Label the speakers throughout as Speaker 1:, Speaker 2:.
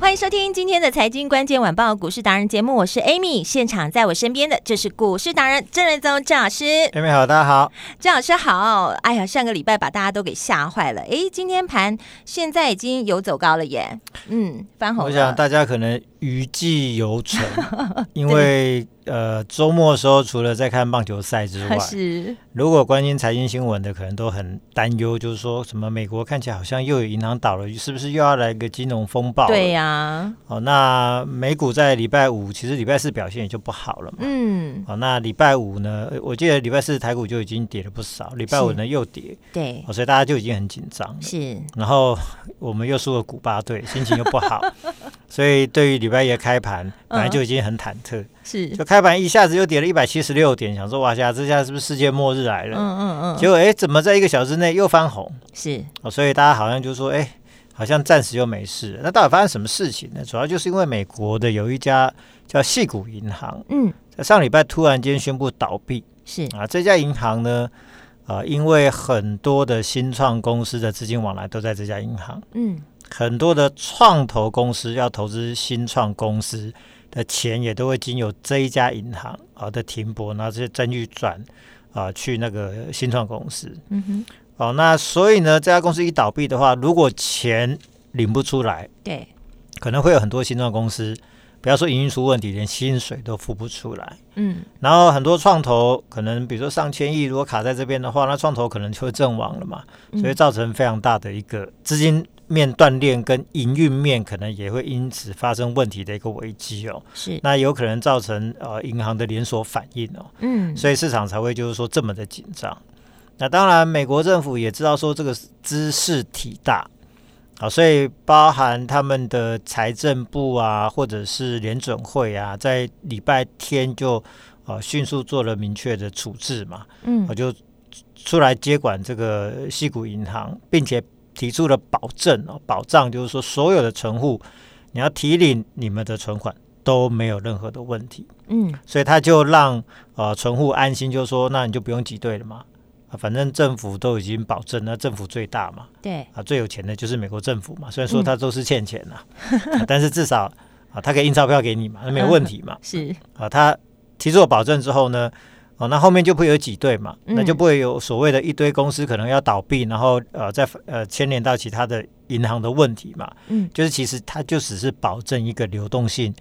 Speaker 1: 欢迎收听今天的财经关键晚报股市达人节目，我是 Amy，现场在我身边的就是股市达人郑仁宗郑老师，
Speaker 2: 妹妹哎好，大家好。
Speaker 1: 郑老师好。哎呀，上个礼拜把大家都给吓坏了，哎，今天盘现在已经有走高了耶，嗯，翻红
Speaker 2: 我想
Speaker 1: 了。
Speaker 2: 大家可能余悸犹存， 因为呃周末的时候，除了在看棒球赛之外，
Speaker 1: 是
Speaker 2: 如果关心财经新闻的，可能都很担忧，就是说什么美国看起来好像又有银行倒了，是不是又要来个金融风暴？
Speaker 1: 对、呀、啊
Speaker 2: 哦，那美股在礼拜五，其实礼拜四表现也就不好了嘛。
Speaker 1: 嗯，
Speaker 2: 哦，那礼拜五呢？呃我记得礼拜四台股就已经跌了不少，礼拜五呢又跌，
Speaker 1: 对，
Speaker 2: 哦，所以大家就已经很紧张了。
Speaker 1: 是，
Speaker 2: 然后我们又输了古巴队，心情又不 好，所以对于礼拜一的开
Speaker 1: 嗯
Speaker 2: 盘，本来就已经很忐忑，
Speaker 1: 是，
Speaker 2: 就开盘一下子又跌了一百七十六点，想说哇下这下是不是世界末日来
Speaker 1: 嗯
Speaker 2: 了？
Speaker 1: 嗯嗯，
Speaker 2: 结果哎，怎么在一个小时内又翻红？
Speaker 1: 是
Speaker 2: 哦，所以大家好像就说哎，好像暂时又没事了。那到底发生什么事情呢？主要就是因为美国的有一家叫细谷银行，
Speaker 1: 嗯
Speaker 2: 在上礼拜突然间宣布倒闭
Speaker 1: 是，
Speaker 2: 啊，这家银行呢。啊、因为很多的新创公司的资金往来都在这家银行，
Speaker 1: 嗯
Speaker 2: 很多的创投公司要投资新创公司的钱，也都会经由这一家银行啊的停泊，然后再再去转啊去那个新创公司。
Speaker 1: 嗯哼，
Speaker 2: 哦，那所以呢，这家公司一倒闭的话，如果钱领不出来，
Speaker 1: 对，
Speaker 2: 可能会有很多新创公司，不要说营运出问题，连薪水都付不出来。
Speaker 1: 嗯
Speaker 2: 然后很多创投可能，比如说上千亿，如果卡在这边的话，那创投可能就会阵亡了嘛，
Speaker 1: 嗯
Speaker 2: 所以造成非常大的一个资金面断裂跟营运面可能也会因此发生问题的一个危机哦。
Speaker 1: 是，
Speaker 2: 那有可能造成呃银行的连锁反应哦，
Speaker 1: 嗯
Speaker 2: 所以市场才会就是说这么的紧张。那当然，美国政府也知道说这个知识体大。啊，所以包含他们的财政部啊，或者是联准会啊，在礼拜天就呃迅速做了明确的处置嘛，
Speaker 1: 嗯
Speaker 2: 我、就出来接管这个西谷银行，并且提出了保证哦，保障就是说所有的存户，你要提领你们的存款都没有任何的问题，
Speaker 1: 嗯
Speaker 2: 所以他就让呃存户安心，就说那你就不用挤兑了嘛。啊反正政府都已经保证，那政府最大嘛，
Speaker 1: 对，
Speaker 2: 啊，最有钱的就是美国政府嘛。虽然说
Speaker 1: 嗯
Speaker 2: 他都是欠钱呐、啊但是至少啊，他可以印钞票给你嘛，那没有问题嘛。
Speaker 1: 是，
Speaker 2: 啊，他提出了保证之后呢，哦，那后面就不会有挤兑嘛，那就
Speaker 1: 嗯
Speaker 2: 不会有所谓的一堆公司可能要倒闭，然后呃再呃牵连到其他的银行的问题嘛，
Speaker 1: 嗯
Speaker 2: 就是其实它就只是保证一个流动性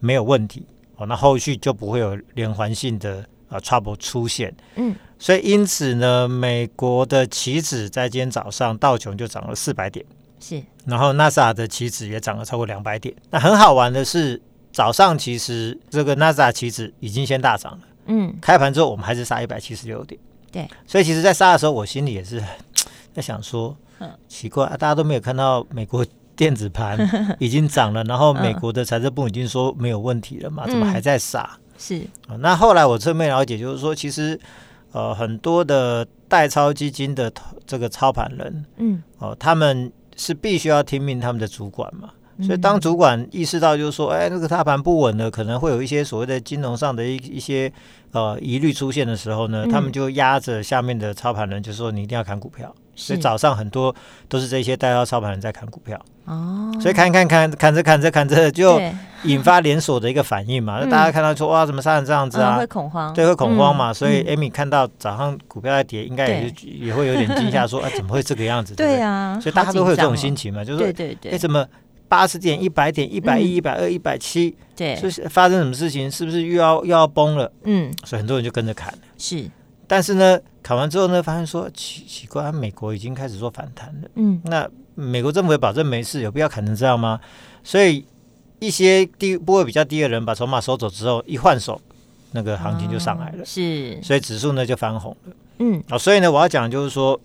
Speaker 2: 没有问题，哦，那后续就不会有连环性的呃 trouble 出现。
Speaker 1: 嗯，
Speaker 2: 所以因此呢，美国的期指在今天早上道琼就涨了四百点。
Speaker 1: 是，
Speaker 2: 然后纳斯达的期指也涨了超过两百点。那很好玩的是，早上其实这个纳斯达期指已经先大涨了，
Speaker 1: 嗯
Speaker 2: 开盘之后我们还是杀一百七十六点。
Speaker 1: 对，
Speaker 2: 所以其实，在杀的时候，我心里也是在想说
Speaker 1: 嗯，
Speaker 2: 奇怪、啊大家都没有看到美国电 子盘已经涨了，然后美
Speaker 1: 嗯
Speaker 2: 国的财政部已经说没有问题了嘛，怎么
Speaker 1: 嗯
Speaker 2: 还在杀？
Speaker 1: 是，
Speaker 2: 啊，那后来我侧面了解，就是说，其实呃，很多的代操基金的投这个操盘人
Speaker 1: 嗯
Speaker 2: 哦、他们是必须要听命他们的主管嘛。所以当
Speaker 1: 嗯
Speaker 2: 主管意识到，就是说，哎，那个大盘不稳了，可能会有一些所谓的金融上的一一些呃疑虑出现的时候呢，他们
Speaker 1: 嗯
Speaker 2: 就压着下面的操盘人，就说你一定要砍股票。所以
Speaker 1: 是
Speaker 2: 早上很多都是这些代操操盘人在砍股票，
Speaker 1: 哦，
Speaker 2: 所以砍砍砍砍着砍着砍着就
Speaker 1: 对
Speaker 2: 引发连锁的一个反应嘛。那大家
Speaker 1: 嗯
Speaker 2: 看到说哇，怎么杀成这样子啊？
Speaker 1: 嗯会恐慌，
Speaker 2: 对，会恐慌嘛，
Speaker 1: 嗯
Speaker 2: 所以
Speaker 1: 嗯
Speaker 2: Amy 看到早上股票在跌，应该也就也会有点惊吓，说啊怎么会这个 样子？
Speaker 1: 对
Speaker 2: 呀、
Speaker 1: 啊，
Speaker 2: 所以大
Speaker 1: 好
Speaker 2: 家都会
Speaker 1: 紧
Speaker 2: 有这
Speaker 1: 张
Speaker 2: 种
Speaker 1: 哦
Speaker 2: 心情嘛，就是
Speaker 1: 对
Speaker 2: 说
Speaker 1: 对
Speaker 2: 哎
Speaker 1: 对
Speaker 2: 怎么八十点、一百点、一百
Speaker 1: 嗯
Speaker 2: 一、一百二、一百七，
Speaker 1: 对，
Speaker 2: 就是发生什么事情，是不是又要又要崩了？
Speaker 1: 嗯，
Speaker 2: 所以很多人就跟着砍，
Speaker 1: 是，
Speaker 2: 但是呢，砍完之后呢，发现说奇奇怪，啊美国已经开始做反弹了，
Speaker 1: 嗯
Speaker 2: 那美国政府也保证没事，有必要砍成这样吗？所以。一些低部位比较低的人把筹码收走之后，一换手，那个行情就上来了，
Speaker 1: 哦是，
Speaker 2: 所以指数呢就翻红了。
Speaker 1: 嗯，
Speaker 2: 啊、所以呢，我要讲就是说，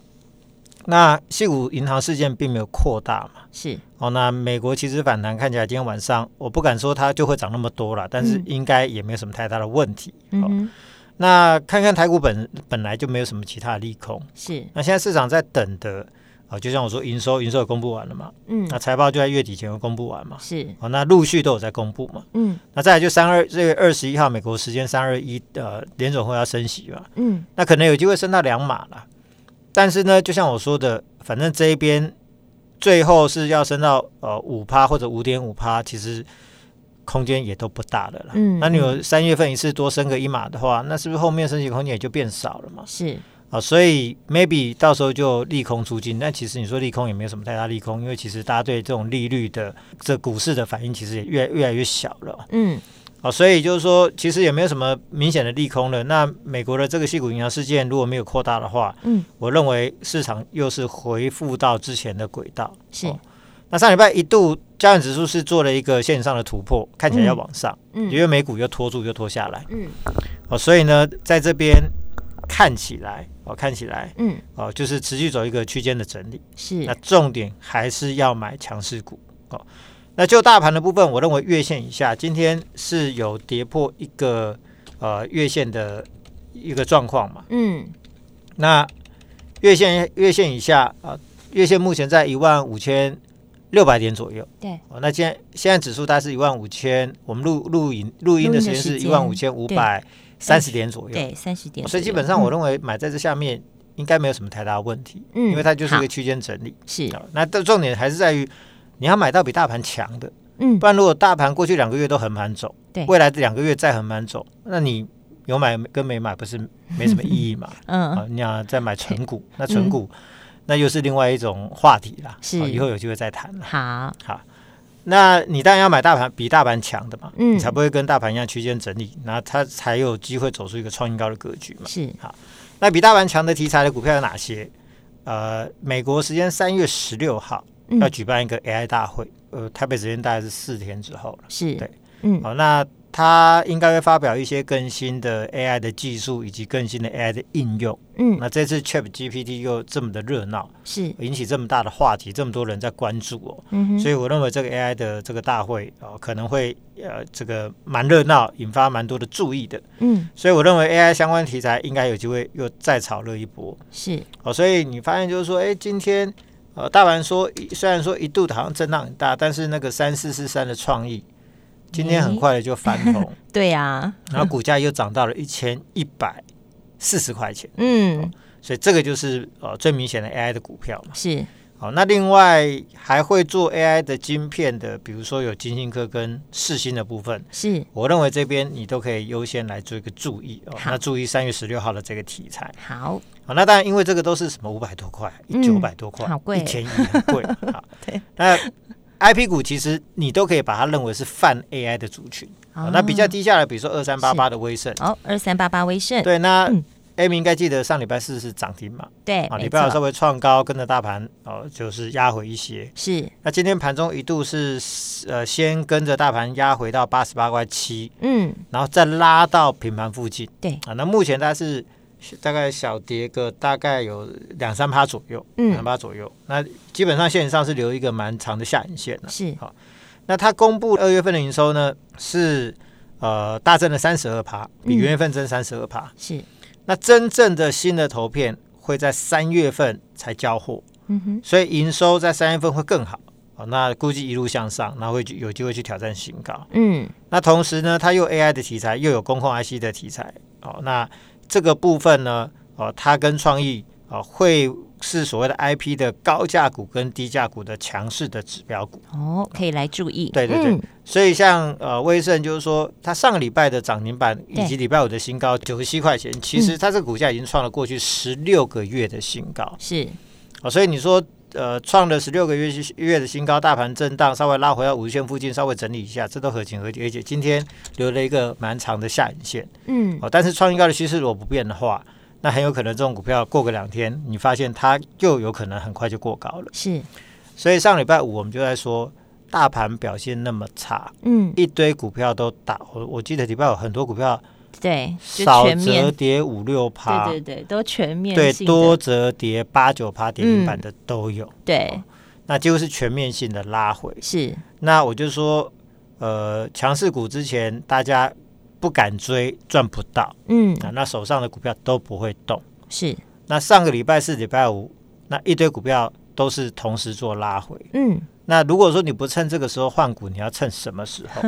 Speaker 2: 那西谷银行事件并没有扩大嘛。
Speaker 1: 是，
Speaker 2: 哦，那美国其实反弹看起来今天晚上，我不敢说它就会涨那么多了，但是
Speaker 1: 嗯
Speaker 2: 应该也没有什么太大的问题。
Speaker 1: 嗯
Speaker 2: 哦，
Speaker 1: 哼，
Speaker 2: 那看看台股本本来就没有什么其他的利空，
Speaker 1: 是，
Speaker 2: 那现在市场在等的，啊、就像我说营收，营收也公布完了嘛，
Speaker 1: 嗯
Speaker 2: 那，财报就在月底前会公布完嘛，
Speaker 1: 是，
Speaker 2: 哦，那陆续都有在公布嘛，
Speaker 1: 嗯
Speaker 2: 那再来就三二这月二十一号美国时间三二一，呃，联总会要升息嘛，
Speaker 1: 嗯，
Speaker 2: 那可能有机会升到两码了，但是呢，就像我说的，反正这一边最后是要升到呃五趴或者五点五趴，其实空间也都不大的了啦。
Speaker 1: 嗯
Speaker 2: 那你有三月份一次多升个一码的话，那是不是后面升息空间也就变少了嘛？
Speaker 1: 是，
Speaker 2: 啊，所以 maybe 到时候就利空出尽，但其实你说利空也没有什么太大利空，因为其实大家对这种利率的这股市的反应其实也越来越来越小了。
Speaker 1: 嗯，
Speaker 2: 哦，所以就是说，其实也没有什么明显的利空了。那美国的这个系股银行事件如果没有扩大的话，
Speaker 1: 嗯，
Speaker 2: 我认为市场又是回复到之前的轨道。
Speaker 1: 是
Speaker 2: 哦，那上礼拜一度加权指数是做了一个线上的突破，看起来要往上，
Speaker 1: 嗯
Speaker 2: 因为美股又拖住又拖下来。
Speaker 1: 嗯
Speaker 2: 哦，所以呢，在这边看起来，哦，看起来，
Speaker 1: 嗯，
Speaker 2: 哦，就是持续走一个区间的整理。
Speaker 1: 是
Speaker 2: 那，重点还是要买强势股哦。那就大盘的部分，我认为月线以下今天是有跌破一个呃月线的一个状况嘛。
Speaker 1: 嗯，
Speaker 2: 那月线月线以下啊、月线目前在一万五千六百点左右。
Speaker 1: 对
Speaker 2: 哦，那今天现在指数大概是一万五千，我们录录影录音的时间
Speaker 1: 录
Speaker 2: 是
Speaker 1: 音的时
Speaker 2: 一
Speaker 1: 间
Speaker 2: 万五千五百三十点左右。
Speaker 1: 对，三十点左右，
Speaker 2: 所以基本上我
Speaker 1: 都
Speaker 2: 认为买在这下面应该没有什么太大的问题，
Speaker 1: 嗯
Speaker 2: 因为它就是一
Speaker 1: 好
Speaker 2: 个区间整理。
Speaker 1: 是，
Speaker 2: 好那重重点还是在于你要买到比大盘强的，
Speaker 1: 嗯
Speaker 2: 不，然如果大盘过去两个月都横盘走，
Speaker 1: 对
Speaker 2: 未来这两个月再横盘走，那你有买跟没买不 是没什么意义嘛？
Speaker 1: 嗯，
Speaker 2: 啊，你要再买纯 股，那纯股、那又是另外一种话题啦，
Speaker 1: 是
Speaker 2: 好以后有机会再谈啦。
Speaker 1: 好，
Speaker 2: 好，那你当然要买大盘比大盘强的嘛，
Speaker 1: 嗯
Speaker 2: 你才不会跟大盘一样区间整理，然后它才有机会走出一个创新高的格局嘛。
Speaker 1: 是，
Speaker 2: 那比大盘强的题材的股票有哪些？呃，美国时间三月十六号
Speaker 1: 嗯
Speaker 2: 要，举办一个 AI 大会，呃，台北时间大概是四天之后了。
Speaker 1: 是，
Speaker 2: 对，
Speaker 1: 嗯，
Speaker 2: 好，那它应该会发表一些更新的 AI 的技术以及更新的 AI 的应用。
Speaker 1: 嗯，
Speaker 2: 那这次 Chat GPT 又这么的热闹，
Speaker 1: 是，
Speaker 2: 引起这么大的话题，这么多人在关注哦，
Speaker 1: 嗯哼，
Speaker 2: 所以我认为这个 AI 的这个大会哦、呃可能会呃这个蛮热闹，引发蛮多的注意的。
Speaker 1: 嗯，
Speaker 2: 所以我认为 AI 相关题材应该有机会又再炒热一波。
Speaker 1: 是，
Speaker 2: 哦，所以你发现就是说，哎，今天呃，大盘说一虽然说一度好像震荡很大，但是那个三四四三的创意，今天很
Speaker 1: 诶
Speaker 2: 快的就翻红，
Speaker 1: 对啊呀，
Speaker 2: 然后股价又涨到了一千一百四十块钱，
Speaker 1: 嗯，
Speaker 2: 所以这个就是呃最明显的 AI 的股票嘛。
Speaker 1: 是，
Speaker 2: 好，那另外还会做 AI 的晶片的，比如说有金星科跟世星的部分。
Speaker 1: 是，
Speaker 2: 我认为这边你都可以优先来做一个注意哦，
Speaker 1: 好
Speaker 2: 那注意三月十六号的这个题材。
Speaker 1: 好，
Speaker 2: 好，那当然，因为这个都是什么五百多块、
Speaker 1: 嗯
Speaker 2: 九百多块、
Speaker 1: 好贵
Speaker 2: 一千一很 贵啊。
Speaker 1: 对，
Speaker 2: 那 I P 股其实你都可以把它认为是泛 A I 的族群。
Speaker 1: 啊
Speaker 2: 好，那比较低下来，比如说二三八八的威盛，
Speaker 1: 哦，二三八八威盛，
Speaker 2: 对，那
Speaker 1: 嗯
Speaker 2: A 明应该记得上礼拜四是涨停嘛，
Speaker 1: 对，
Speaker 2: 啊，
Speaker 1: 没
Speaker 2: 礼拜二稍
Speaker 1: 错，
Speaker 2: 微创高，跟着大盘哦，就是压回一些。
Speaker 1: 是，
Speaker 2: 那今天盘中一度是呃先跟着大盘压回到八十八块七，
Speaker 1: 嗯，
Speaker 2: 然后再拉到平盘附近。
Speaker 1: 对，
Speaker 2: 啊，那目前它是大概小跌个大概有两三趴左右，
Speaker 1: 嗯
Speaker 2: 两三趴左右。那基本上线上是留一个蛮长的下影线的、
Speaker 1: 是，
Speaker 2: 那它公布二月份的营收呢是呃大增了三十二趴，比
Speaker 1: 嗯
Speaker 2: 元月份增三十二趴。
Speaker 1: 是，
Speaker 2: 那真正的新的投片会在三月份才交货，
Speaker 1: 嗯哼，
Speaker 2: 所以营收在三月份会更好。哦，那估计一路向上，那会有机会去挑战新高。
Speaker 1: 嗯，
Speaker 2: 那同时呢，它又 AI 的题材，又有公控 IC 的题材，哦，那这个部分呢，哦，它跟创意哦，会是所谓的 IP 的高价股跟低价股的强势的指标股。
Speaker 1: 哦，可以来注意，嗯
Speaker 2: 对对对，所以像呃威盛，就是说它上个礼拜的涨停板以及礼拜五的新高九十七块钱，其实它这个股价已经创了过去十六个月的新高
Speaker 1: 是，
Speaker 2: 哦，所以你说。呃，创了十六个月月的新高，大盘震荡，稍微拉回到五日线附近，稍微整理一下，这都合情合理。而且今天留了一个蛮长的下影线，
Speaker 1: 嗯，
Speaker 2: 哦，但是创新高的趋势如果不变的话，那很有可能这种股票过个两天，你发现它又有可能很快就过高了。
Speaker 1: 是，
Speaker 2: 所以上礼拜五我们就在说，大盘表现那么差，
Speaker 1: 嗯，
Speaker 2: 一堆股票都打，我我记得礼拜有很多股票
Speaker 1: 对，就
Speaker 2: 少
Speaker 1: 全
Speaker 2: 折
Speaker 1: 面，
Speaker 2: 跌五六趴，
Speaker 1: 对对对，都全面
Speaker 2: 对
Speaker 1: 性的嗯
Speaker 2: 多折跌八九趴跌停板的都有，
Speaker 1: 对
Speaker 2: 那几乎是全面性的拉回。
Speaker 1: 是，
Speaker 2: 那我就说，呃，强势股之前大家不敢追，赚不到
Speaker 1: 嗯
Speaker 2: 啊，那手上的股票都不会动。
Speaker 1: 是，
Speaker 2: 那上个礼拜四、礼拜五，那一堆股票都是同时做拉回。
Speaker 1: 嗯
Speaker 2: 那如果说你不趁这个时候换股，你要趁什么时 候？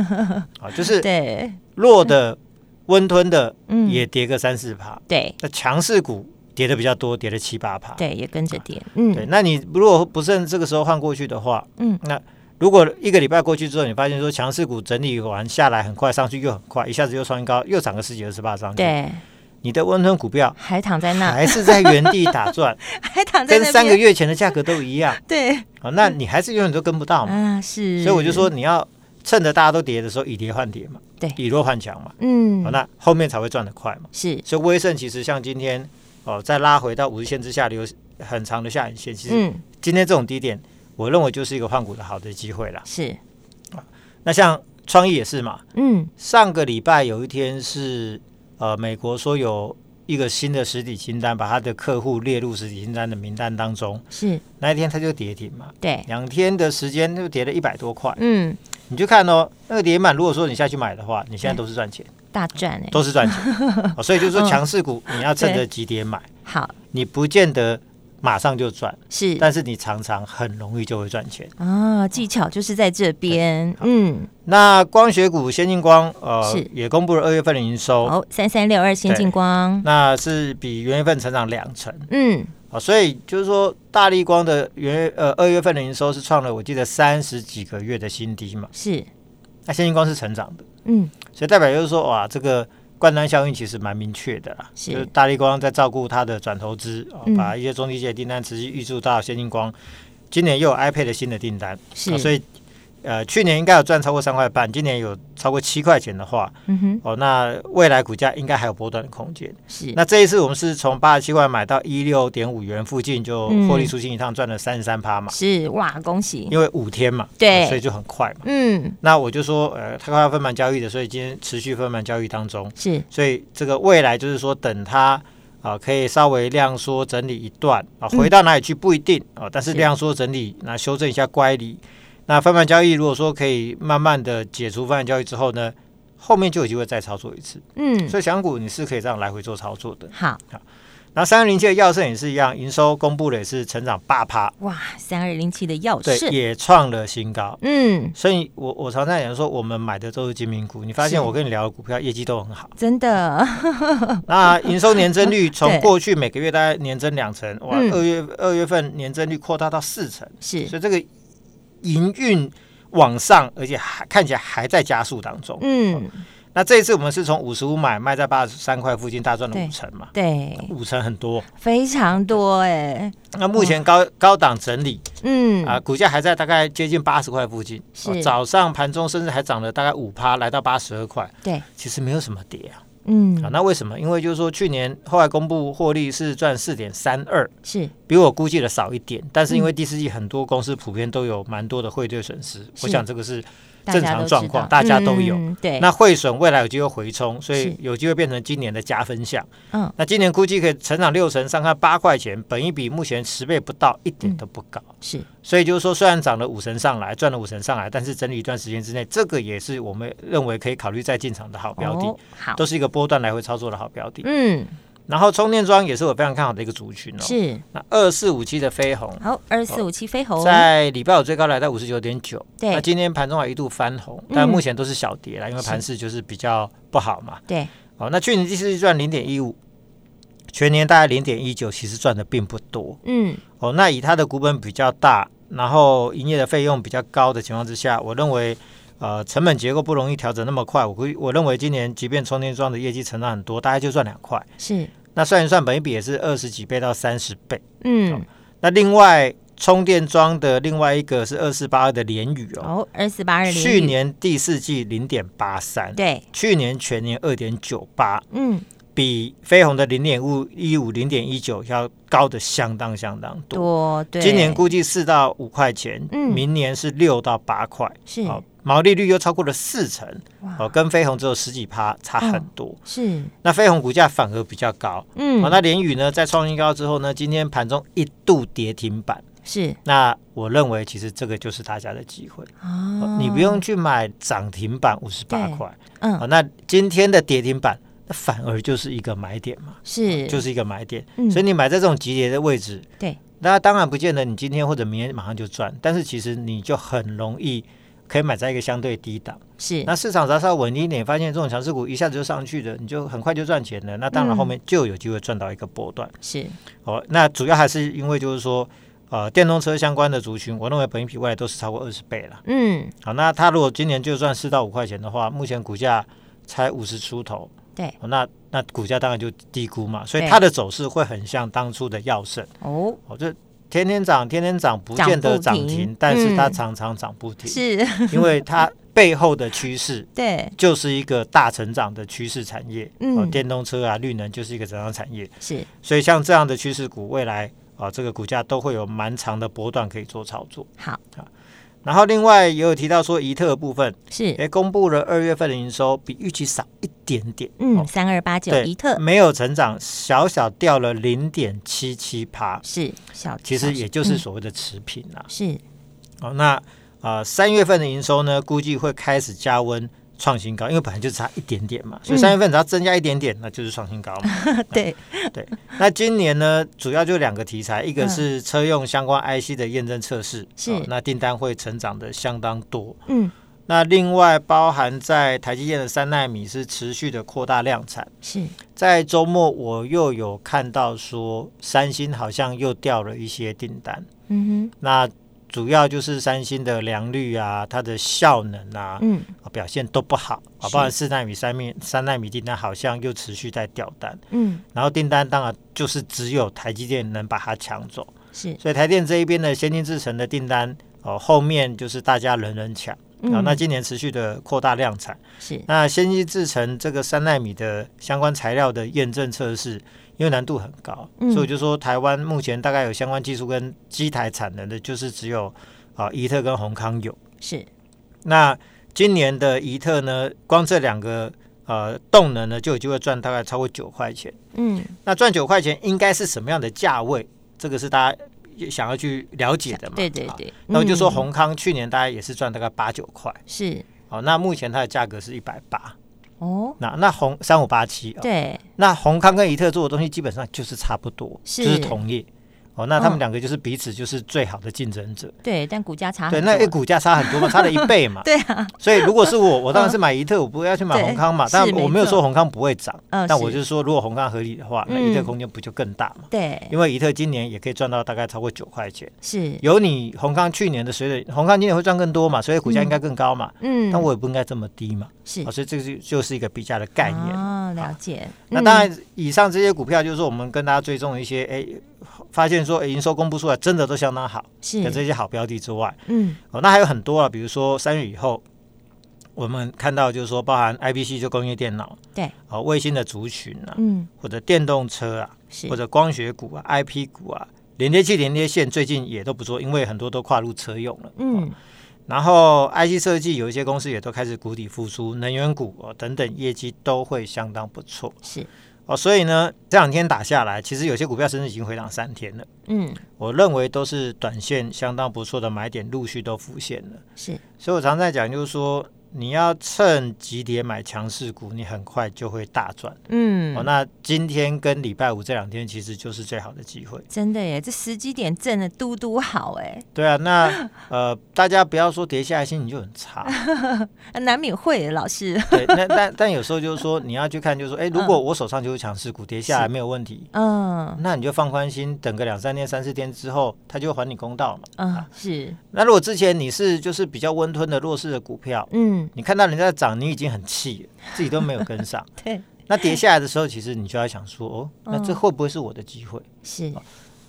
Speaker 2: 啊，就是
Speaker 1: 对，
Speaker 2: 弱的、温吞的
Speaker 1: 嗯
Speaker 2: 也跌个三四趴，
Speaker 1: 对
Speaker 2: 那强势股跌的比较多，跌了七八趴。
Speaker 1: 对也跟着跌，
Speaker 2: 对，
Speaker 1: 嗯
Speaker 2: 那你如果不趁这个时候换过去的话，
Speaker 1: 嗯，
Speaker 2: 那如果一个礼拜过去之后，你发现说强势股整理完下来很快上去又很快，一下子又创新高，又涨个十几二十八上去，
Speaker 1: 对，
Speaker 2: 你的温吞股票
Speaker 1: 还躺在那，
Speaker 2: 还是在原地打转，
Speaker 1: 还躺 在
Speaker 2: 跟
Speaker 1: 那
Speaker 2: 三个
Speaker 1: 边，
Speaker 2: 月前的价格都 一样，
Speaker 1: 对
Speaker 2: 好，那你还是永远都跟不到嘛。
Speaker 1: 啊是，
Speaker 2: 嗯所以我就说，你要趁着大家都跌的时候以跌换跌嘛，
Speaker 1: 对
Speaker 2: 以弱换强嘛，
Speaker 1: 嗯
Speaker 2: 好，那后面才会赚得快嘛。
Speaker 1: 是，
Speaker 2: 所以威盛其实像今天哦，再拉回到五日线之下留很长的下影线，其实
Speaker 1: 嗯
Speaker 2: 今天这种低点，我认为就是一个换股的好的机会啦。
Speaker 1: 是，
Speaker 2: 那像创意也是嘛，
Speaker 1: 嗯
Speaker 2: 上个礼拜有一天是呃，美国说有一个新的实体清单，把他的客户列入实体清单的名单当中，
Speaker 1: 是
Speaker 2: 那一天它就跌停嘛，
Speaker 1: 对，
Speaker 2: 两天的时间就跌了一百多块。
Speaker 1: 嗯
Speaker 2: 你就看哦，那个跌满，如果说你下去买的话，你现在都是赚钱，
Speaker 1: 大赚哎，
Speaker 2: 都是赚钱、 哦所以就是说
Speaker 1: 嗯
Speaker 2: 强势股你要趁着
Speaker 1: 对
Speaker 2: 急跌买，
Speaker 1: 好
Speaker 2: 你不见得马上就赚，
Speaker 1: 是
Speaker 2: 但是你常常很容易就会赚钱。
Speaker 1: 啊，技巧就是在这边，嗯，
Speaker 2: 那光学股先进光，呃
Speaker 1: 是，
Speaker 2: 也公布了二月份的营收，
Speaker 1: 好，三三六二先进光，
Speaker 2: 那是比元月份成长两成
Speaker 1: 嗯
Speaker 2: 啊，所以就是说大力光的元呃二月份的营收是创了我记得三十几个月的新低嘛，
Speaker 1: 是，
Speaker 2: 那先进光是成长的，
Speaker 1: 嗯
Speaker 2: 所以代表就是说哇，这个冠单效应其实蛮明确的啦，
Speaker 1: 是
Speaker 2: 就是大力光在照顾它的转投资，啊
Speaker 1: 嗯
Speaker 2: 把一些中低阶的订单持续预注到先进光，今年又有 iPad 的新的订单，
Speaker 1: 是，
Speaker 2: 啊所以呃去年应该有赚超过三块半，今年有超过七块钱的话。
Speaker 1: 嗯哼
Speaker 2: 哦，那未来股价应该还有波段的空间。
Speaker 1: 是，
Speaker 2: 那这一次我们是从八十七块买到一六点五元附近就获利出清一趟，赚了三十三趴嘛，
Speaker 1: 嗯是哇，恭喜！
Speaker 2: 因为五天嘛，
Speaker 1: 对
Speaker 2: 呃所以就很快嘛。
Speaker 1: 嗯，
Speaker 2: 那我就说，呃，它快要分盘交易的，所以今天持续分盘交易当中，
Speaker 1: 是
Speaker 2: 所以这个未来就是说，等它啊、可以稍微量缩整理一段啊，回到哪里去不一定啊、但
Speaker 1: 嗯
Speaker 2: 是
Speaker 1: 是
Speaker 2: 量缩整理，那修正一下乖离，那分盘交易如果说可以慢慢的解除分盘交易之后呢，后面就有机会再操作一次。
Speaker 1: 嗯，
Speaker 2: 所以强股你是可以这样来回做操作的。
Speaker 1: 好
Speaker 2: 然后三零七的药盛也是一样，营收公布了也是成长八趴，
Speaker 1: 哇，三二零七的药
Speaker 2: 对，
Speaker 1: 是，
Speaker 2: 也创了新高。
Speaker 1: 嗯，
Speaker 2: 所以我我常常讲说，我们买的都是精明股。你发现
Speaker 1: 是
Speaker 2: 我跟你聊的股票业绩都很好，
Speaker 1: 真的
Speaker 2: 那营收年增 率从
Speaker 1: 对
Speaker 2: 过去每个月大概年增两成，哇，
Speaker 1: 嗯
Speaker 2: 二月二月份年增率扩大到四成，
Speaker 1: 是，
Speaker 2: 所以这个营运往上，而且还看起来还在加速当中。
Speaker 1: 嗯，
Speaker 2: 那这一次我们是从五十五买卖在八十三块附近，大赚了
Speaker 1: 对
Speaker 2: 五成嘛，
Speaker 1: 对，
Speaker 2: 五成很多。
Speaker 1: 非常多哎，
Speaker 2: 那目前高高档整理
Speaker 1: 嗯，
Speaker 2: 啊，股价还在大概接近八十块附近。啊
Speaker 1: 是
Speaker 2: 早上盘中甚至还涨了大概五趴，来到八十二块。
Speaker 1: 对，
Speaker 2: 其实没有什么跌啊。啊，
Speaker 1: 嗯，
Speaker 2: 那为什么？因为就是说去年后来公布获利是赚四点三二，
Speaker 1: 是
Speaker 2: 比我估计的少一点。但是因
Speaker 1: 嗯
Speaker 2: 为第四季很多公司普遍都有蛮多的汇兑损失，我想这个是
Speaker 1: 大
Speaker 2: 正
Speaker 1: 家
Speaker 2: 常
Speaker 1: 都
Speaker 2: 状
Speaker 1: 知
Speaker 2: 况，
Speaker 1: 道
Speaker 2: 大家都有。
Speaker 1: 嗯对，
Speaker 2: 那汇损未来有机会回冲，所
Speaker 1: 是
Speaker 2: 以有机会变成今年的加分项。
Speaker 1: 嗯，
Speaker 2: 那今年估计可以成长六成，上看八块钱，本一比目前十倍不到，一
Speaker 1: 嗯
Speaker 2: 点都不高。
Speaker 1: 是
Speaker 2: 所以就是说，虽然涨了五成上来，赚了五成上来，但是整理一段时间之内，这个也是我们认为可以考虑再进场的好标的，
Speaker 1: 哦好
Speaker 2: 都，是一个波段来回操作的好标的。
Speaker 1: 嗯，
Speaker 2: 然后充电桩也是我非常看好的一个族群哦。
Speaker 1: 是
Speaker 2: 那二四五七的飞鸿。
Speaker 1: 好，二四五七飞鸿，
Speaker 2: 在礼拜五最高来到五十九点九，
Speaker 1: 哦对
Speaker 2: 那今天盘中还一度翻红，
Speaker 1: 嗯
Speaker 2: 但目前都是小跌啦，因为盘势就是比较不好嘛。
Speaker 1: 对，
Speaker 2: 哦，那去年第四季赚零点一五，全年大概零点一九，其实赚的并不多。
Speaker 1: 嗯，
Speaker 2: 哦，那以它的股本比较大，然后营业的费用比较高的情况之下，我认为。呃，成本结构不容易调整那么快，我估计我认为今年即便充电桩的业绩成长很多，大概就赚两块，
Speaker 1: 是，
Speaker 2: 那算一算，本一比也是二十几倍到三十倍。
Speaker 1: 嗯，
Speaker 2: 那另外充电桩的另外一个是二四八二的联宇哦，
Speaker 1: 好，二四八二零，
Speaker 2: 去年第四季零点八三，
Speaker 1: 对，
Speaker 2: 去年全年二点九八，
Speaker 1: 嗯，
Speaker 2: 比非红的零点五一五、零点一九要高的相当相当多。
Speaker 1: 多对，
Speaker 2: 今年估计四到五块钱，
Speaker 1: 嗯
Speaker 2: 明年是六到八块，
Speaker 1: 是
Speaker 2: 好、毛利率又超过了四成，
Speaker 1: 哇
Speaker 2: 哦，跟飞鸿只有十几趴，差很多。
Speaker 1: 是
Speaker 2: 那飞鸿股价反而比较高，
Speaker 1: 嗯
Speaker 2: 哦，那联宇呢，在创新高之后呢，今天盘中一度跌停板。
Speaker 1: 是
Speaker 2: 那我认为，其实这个就是大家的机会，
Speaker 1: 啊
Speaker 2: 哦你不用去买涨停板五十八
Speaker 1: 对
Speaker 2: 块，
Speaker 1: 嗯
Speaker 2: 哦，那今天的跌停板，那反而就是一个买点嘛，
Speaker 1: 是
Speaker 2: 就是一个买点。
Speaker 1: 嗯
Speaker 2: 所以你买在这种级别的位置，
Speaker 1: 对，
Speaker 2: 那当然不见得你今天或者明天马上就赚，但是其实你就很容易可以买在一个相对低档。
Speaker 1: 是
Speaker 2: 那市场稍稍稳定一点，发现这种强势股一下子就上去了，你就很快就赚钱了。那
Speaker 1: 嗯
Speaker 2: 当然后面就有机会赚到一个波段。
Speaker 1: 是
Speaker 2: 哦，那主要还是因为就是说。呃，电动车相关的族群，我认为本益比未来都是超过二十倍了。
Speaker 1: 嗯
Speaker 2: 好，那它如果今年就赚四到五块钱的话，目前股价才五十出头，
Speaker 1: 对
Speaker 2: 哦那那股价当然就低估嘛，所以
Speaker 1: 对
Speaker 2: 它的走势会很像当初的药圣，
Speaker 1: 哦
Speaker 2: 哦，就天天涨，天天涨，不见得
Speaker 1: 涨
Speaker 2: 涨
Speaker 1: 不停
Speaker 2: 停，但是它
Speaker 1: 嗯
Speaker 2: 常常涨不停，
Speaker 1: 是
Speaker 2: 因为它背后的趋势。
Speaker 1: 对
Speaker 2: 就是一个大成长的趋势产业，哦，
Speaker 1: 嗯
Speaker 2: 电动车啊、绿能就是一个成长产业，
Speaker 1: 是
Speaker 2: 所以像这样的趋势股，未来啊、这个股价都会有蛮长的波段可以做操作。啊
Speaker 1: 好
Speaker 2: 然后另外也有提到说，怡特的部分，
Speaker 1: 是
Speaker 2: 也公布了二月份的营收比预期少一点点，
Speaker 1: 嗯
Speaker 2: 哦
Speaker 1: 三二八九
Speaker 2: 对
Speaker 1: 一特
Speaker 2: 没有成长，小小掉了零点七七趴，
Speaker 1: 是小
Speaker 2: 其
Speaker 1: 小
Speaker 2: 实也就是
Speaker 1: 嗯
Speaker 2: 所谓的持平啦、
Speaker 1: 是
Speaker 2: 哦，那呃三月份的营收呢，估计会开始加温。创新高，因为本来就差一点点嘛，所以
Speaker 1: 嗯
Speaker 2: 三月份只要增加一点点，那就是创新高嘛。
Speaker 1: 对
Speaker 2: 对， 那今年呢，主要就两个题材，一个
Speaker 1: 嗯
Speaker 2: 是车用相关 IC 的验证测试，哦
Speaker 1: 是
Speaker 2: 那订单会成长的相当多。
Speaker 1: 嗯
Speaker 2: 那另外包含在台积电的三纳米是持续的扩大量产，
Speaker 1: 是
Speaker 2: 在周末我又有看到说三星好像又掉了一些订单，
Speaker 1: 嗯
Speaker 2: 那主要就是三星的良率啊，它的效能啊
Speaker 1: 哼、嗯
Speaker 2: 啊表现都不好，啊，
Speaker 1: 是
Speaker 2: 包含四纳米、三米、三纳米订单好像又持续在掉单，
Speaker 1: 嗯
Speaker 2: 然后订单当然就是只有台积电能把它抢走，
Speaker 1: 是
Speaker 2: 所以台电这一边的先进制程的订单哦，后面就是大家人人抢。啊、
Speaker 1: 嗯
Speaker 2: 那今年持续的扩大量产。
Speaker 1: 是
Speaker 2: 那先进制成这个三纳米的相关材料的验证测试，因为难度很高，
Speaker 1: 嗯
Speaker 2: 所以我就说台湾目前大概有相关技术跟机台产能的，就是只有啊怡特跟宏康有。
Speaker 1: 是
Speaker 2: 那今年的怡特呢，光这两个呃动能呢，就有机会赚大概超过九块钱。
Speaker 1: 嗯
Speaker 2: 那赚九块钱应该是什么样的价位？这个是大家也想要去了解的嘛？
Speaker 1: 对对
Speaker 2: 啊。
Speaker 1: 对，
Speaker 2: 那我就说
Speaker 1: 嗯
Speaker 2: 宏康去年大概也是赚大概八九块。
Speaker 1: 是
Speaker 2: 哦，那目前它的价格是一百八，
Speaker 1: 哦
Speaker 2: 那那红三五八七哦，
Speaker 1: 对
Speaker 2: 那宏康跟怡特做的东西基本上就是差不多，
Speaker 1: 是
Speaker 2: 就是同业。哦，那
Speaker 1: 嗯
Speaker 2: 他们两个就是彼此就是最好的竞争者，
Speaker 1: 啊对，但股价差
Speaker 2: 对，
Speaker 1: 很
Speaker 2: 那
Speaker 1: 多，
Speaker 2: 诶股价差很多嘛，差了一倍嘛
Speaker 1: 对啊嗯
Speaker 2: 所以如果是我，我当然是买怡特，我不要去买
Speaker 1: 对
Speaker 2: 宏康嘛。
Speaker 1: 是
Speaker 2: 但
Speaker 1: 没
Speaker 2: 我没有
Speaker 1: 错
Speaker 2: 说宏康不会涨，
Speaker 1: 嗯
Speaker 2: 但我
Speaker 1: 是
Speaker 2: 就是说，如果宏康合理的话，那怡特
Speaker 1: 嗯
Speaker 2: 空间不就更大嘛？
Speaker 1: 对
Speaker 2: 因为怡特今年也可以赚到大概超过九块钱，
Speaker 1: 是
Speaker 2: 有你宏康去年的水准，宏康今年会赚更多嘛，所以股价应该更高嘛。
Speaker 1: 嗯
Speaker 2: 但我也不应该这么低嘛。
Speaker 1: 是
Speaker 2: 啊，所以这个就就是一个比价的概念。
Speaker 1: 啊，了解。
Speaker 2: 那
Speaker 1: 嗯
Speaker 2: 当然，以上这些股票就是我们跟大家追踪一些，哎、发现说、哎营收公布出来真的都相当好的
Speaker 1: 是
Speaker 2: 这些好标的之外，
Speaker 1: 嗯
Speaker 2: 哦，那还有很多啊，比如说三月以后，我们看到就是说，包含 IBC 就工业电脑，
Speaker 1: 对，
Speaker 2: 哦，卫星的族群啊，
Speaker 1: 嗯
Speaker 2: 或者电动车啊，
Speaker 1: 是
Speaker 2: 或者光学股啊、IP 股啊，连接器、连接线最近也都不错，因为很多都跨入车用了，哦
Speaker 1: 嗯
Speaker 2: 然后 IC 设计有一些公司也都开始谷底复苏，能源股哦等等业绩都会相当不错
Speaker 1: 是
Speaker 2: 哦。所以呢，这两天打下来，其实有些股票甚至已经回档三天了。
Speaker 1: 嗯
Speaker 2: 我认为都是短线相当不错的买点，陆续都浮现了。
Speaker 1: 是
Speaker 2: 所以我常在讲，就是说你要趁急跌买强势股，你很快就会大赚、
Speaker 1: 嗯
Speaker 2: 哦。那今天跟礼拜五这两天其实就是最好的机会。
Speaker 1: 真的耶，这时机点正的嘟嘟好哎，
Speaker 2: 对啊，那呃，大家不要说跌下来心情就很差。
Speaker 1: 啊难免会老师，
Speaker 2: 对，那但但有时候就是说，你要去看，就是说，哎、如果我手上就是强势股，跌下来没有问题，
Speaker 1: 嗯
Speaker 2: 那你就放宽心，等个两三天、三四天之后，它就还你公道嘛。
Speaker 1: 嗯是
Speaker 2: 那如果之前你是就是比较温吞的弱势的股票，
Speaker 1: 嗯
Speaker 2: 你看到人家涨，你已经很气了，自己都没有跟 上，
Speaker 1: 对
Speaker 2: 那跌下来的时候，其实你就要想说，哦，那这
Speaker 1: 嗯
Speaker 2: 会不会是我的机会？
Speaker 1: 是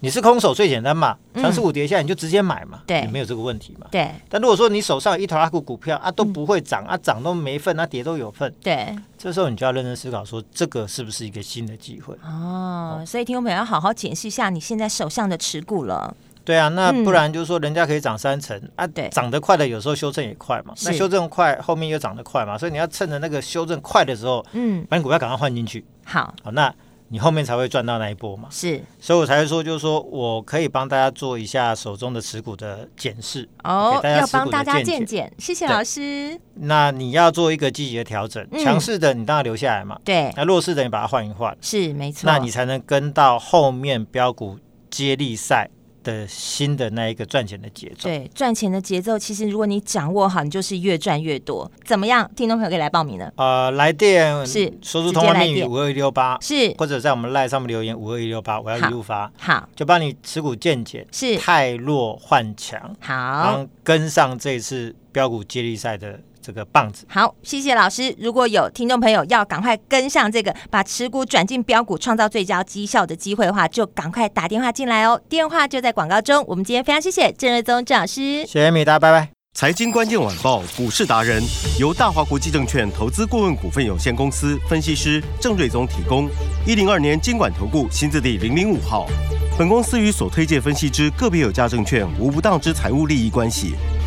Speaker 2: 你是空手最简单嘛，
Speaker 1: 嗯
Speaker 2: 三十五跌下来你就直接买嘛，
Speaker 1: 对
Speaker 2: 也没有这个问题嘛。
Speaker 1: 对
Speaker 2: 但如果说你手上有一头拉股股票啊都不会涨、啊，涨都没份，啊跌都有份，
Speaker 1: 对
Speaker 2: 这时候你就要认真思考说，这个是不是一个新的机会？
Speaker 1: 哦，所以听众朋友要好好检视一下你现在手上的持股了。
Speaker 2: 对啊，那
Speaker 1: 嗯
Speaker 2: 不然就是说人家可以涨三成、啊，
Speaker 1: 对
Speaker 2: 涨得快的有时候修正也快嘛，那
Speaker 1: 是
Speaker 2: 修正快后面又涨得快嘛，所以你要趁着那个修正快的时候，
Speaker 1: 嗯，
Speaker 2: 把你股票赶快换进去，
Speaker 1: 好，
Speaker 2: 好，那你后面才会赚到那一波嘛。
Speaker 1: 是
Speaker 2: 所以我才会说，就是说我可以帮大家做一下手中的持股的检视，
Speaker 1: 哦，
Speaker 2: 给大家
Speaker 1: 要
Speaker 2: 持
Speaker 1: 帮
Speaker 2: 股
Speaker 1: 大
Speaker 2: 的
Speaker 1: 家
Speaker 2: 见
Speaker 1: 见解，谢谢
Speaker 2: 对
Speaker 1: 老师。
Speaker 2: 那你要做一个积极的调整，
Speaker 1: 嗯
Speaker 2: 强势的你当然留下来嘛，
Speaker 1: 对，
Speaker 2: 那弱势的你把它换一换，
Speaker 1: 是没错。
Speaker 2: 那你才能跟到后面标股接力赛的新的那一个赚钱的节奏。
Speaker 1: 对赚钱的节奏，其实如果你掌握好，你就是越赚越多。怎么样？听众朋友可以来报名了。
Speaker 2: 呃，来电
Speaker 1: 是
Speaker 2: 说出通话密语五二一六八，
Speaker 1: 是
Speaker 2: 或者在我们赖上面留言五二一六八，我要一路发，
Speaker 1: 好，
Speaker 2: 就帮你持股见解，
Speaker 1: 是
Speaker 2: 太弱换强，然
Speaker 1: 好。
Speaker 2: 后跟上这次标股接力赛的这个棒子。
Speaker 1: 好，谢谢老师。如果有听众朋友要赶快跟上这个，把持股转进标股，创造最佳绩效的机会的话，就赶快打电话进来哦。电话就在广告中。我们今天非常谢谢郑瑞宗郑老师。
Speaker 2: 谢谢米达，拜拜。
Speaker 3: 财经关键晚报股市达人由大华国际证券投资顾问股份有限公司分析师郑瑞宗提供。一零二年经管投顾新字第零零五号。本公司与所推介分析之个别有价证券无不当之财务利益关系。